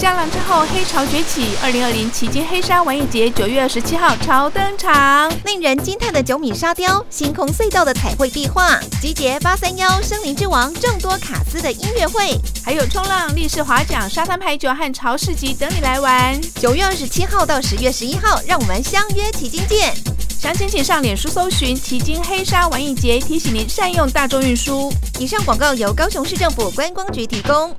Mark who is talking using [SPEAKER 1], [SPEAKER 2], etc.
[SPEAKER 1] 干浪之后，黑潮崛起。二零二零旗舰黑沙玩艺节九月二十七号潮登场。
[SPEAKER 2] 令人惊叹的九米沙雕、星空隧道的彩绘壁画，集结八三幺森林之王众多卡司的音乐会。
[SPEAKER 1] 还有冲浪、立式划桨、沙滩排球和潮市集等你来玩。
[SPEAKER 2] 九月二十七号到十月十一号，让我们相约旗津见。
[SPEAKER 1] 详情请上脸书搜寻“旗津黑沙玩艺节”，提醒您善用大众运输。
[SPEAKER 2] 以上广告由高雄市政府观光局提供。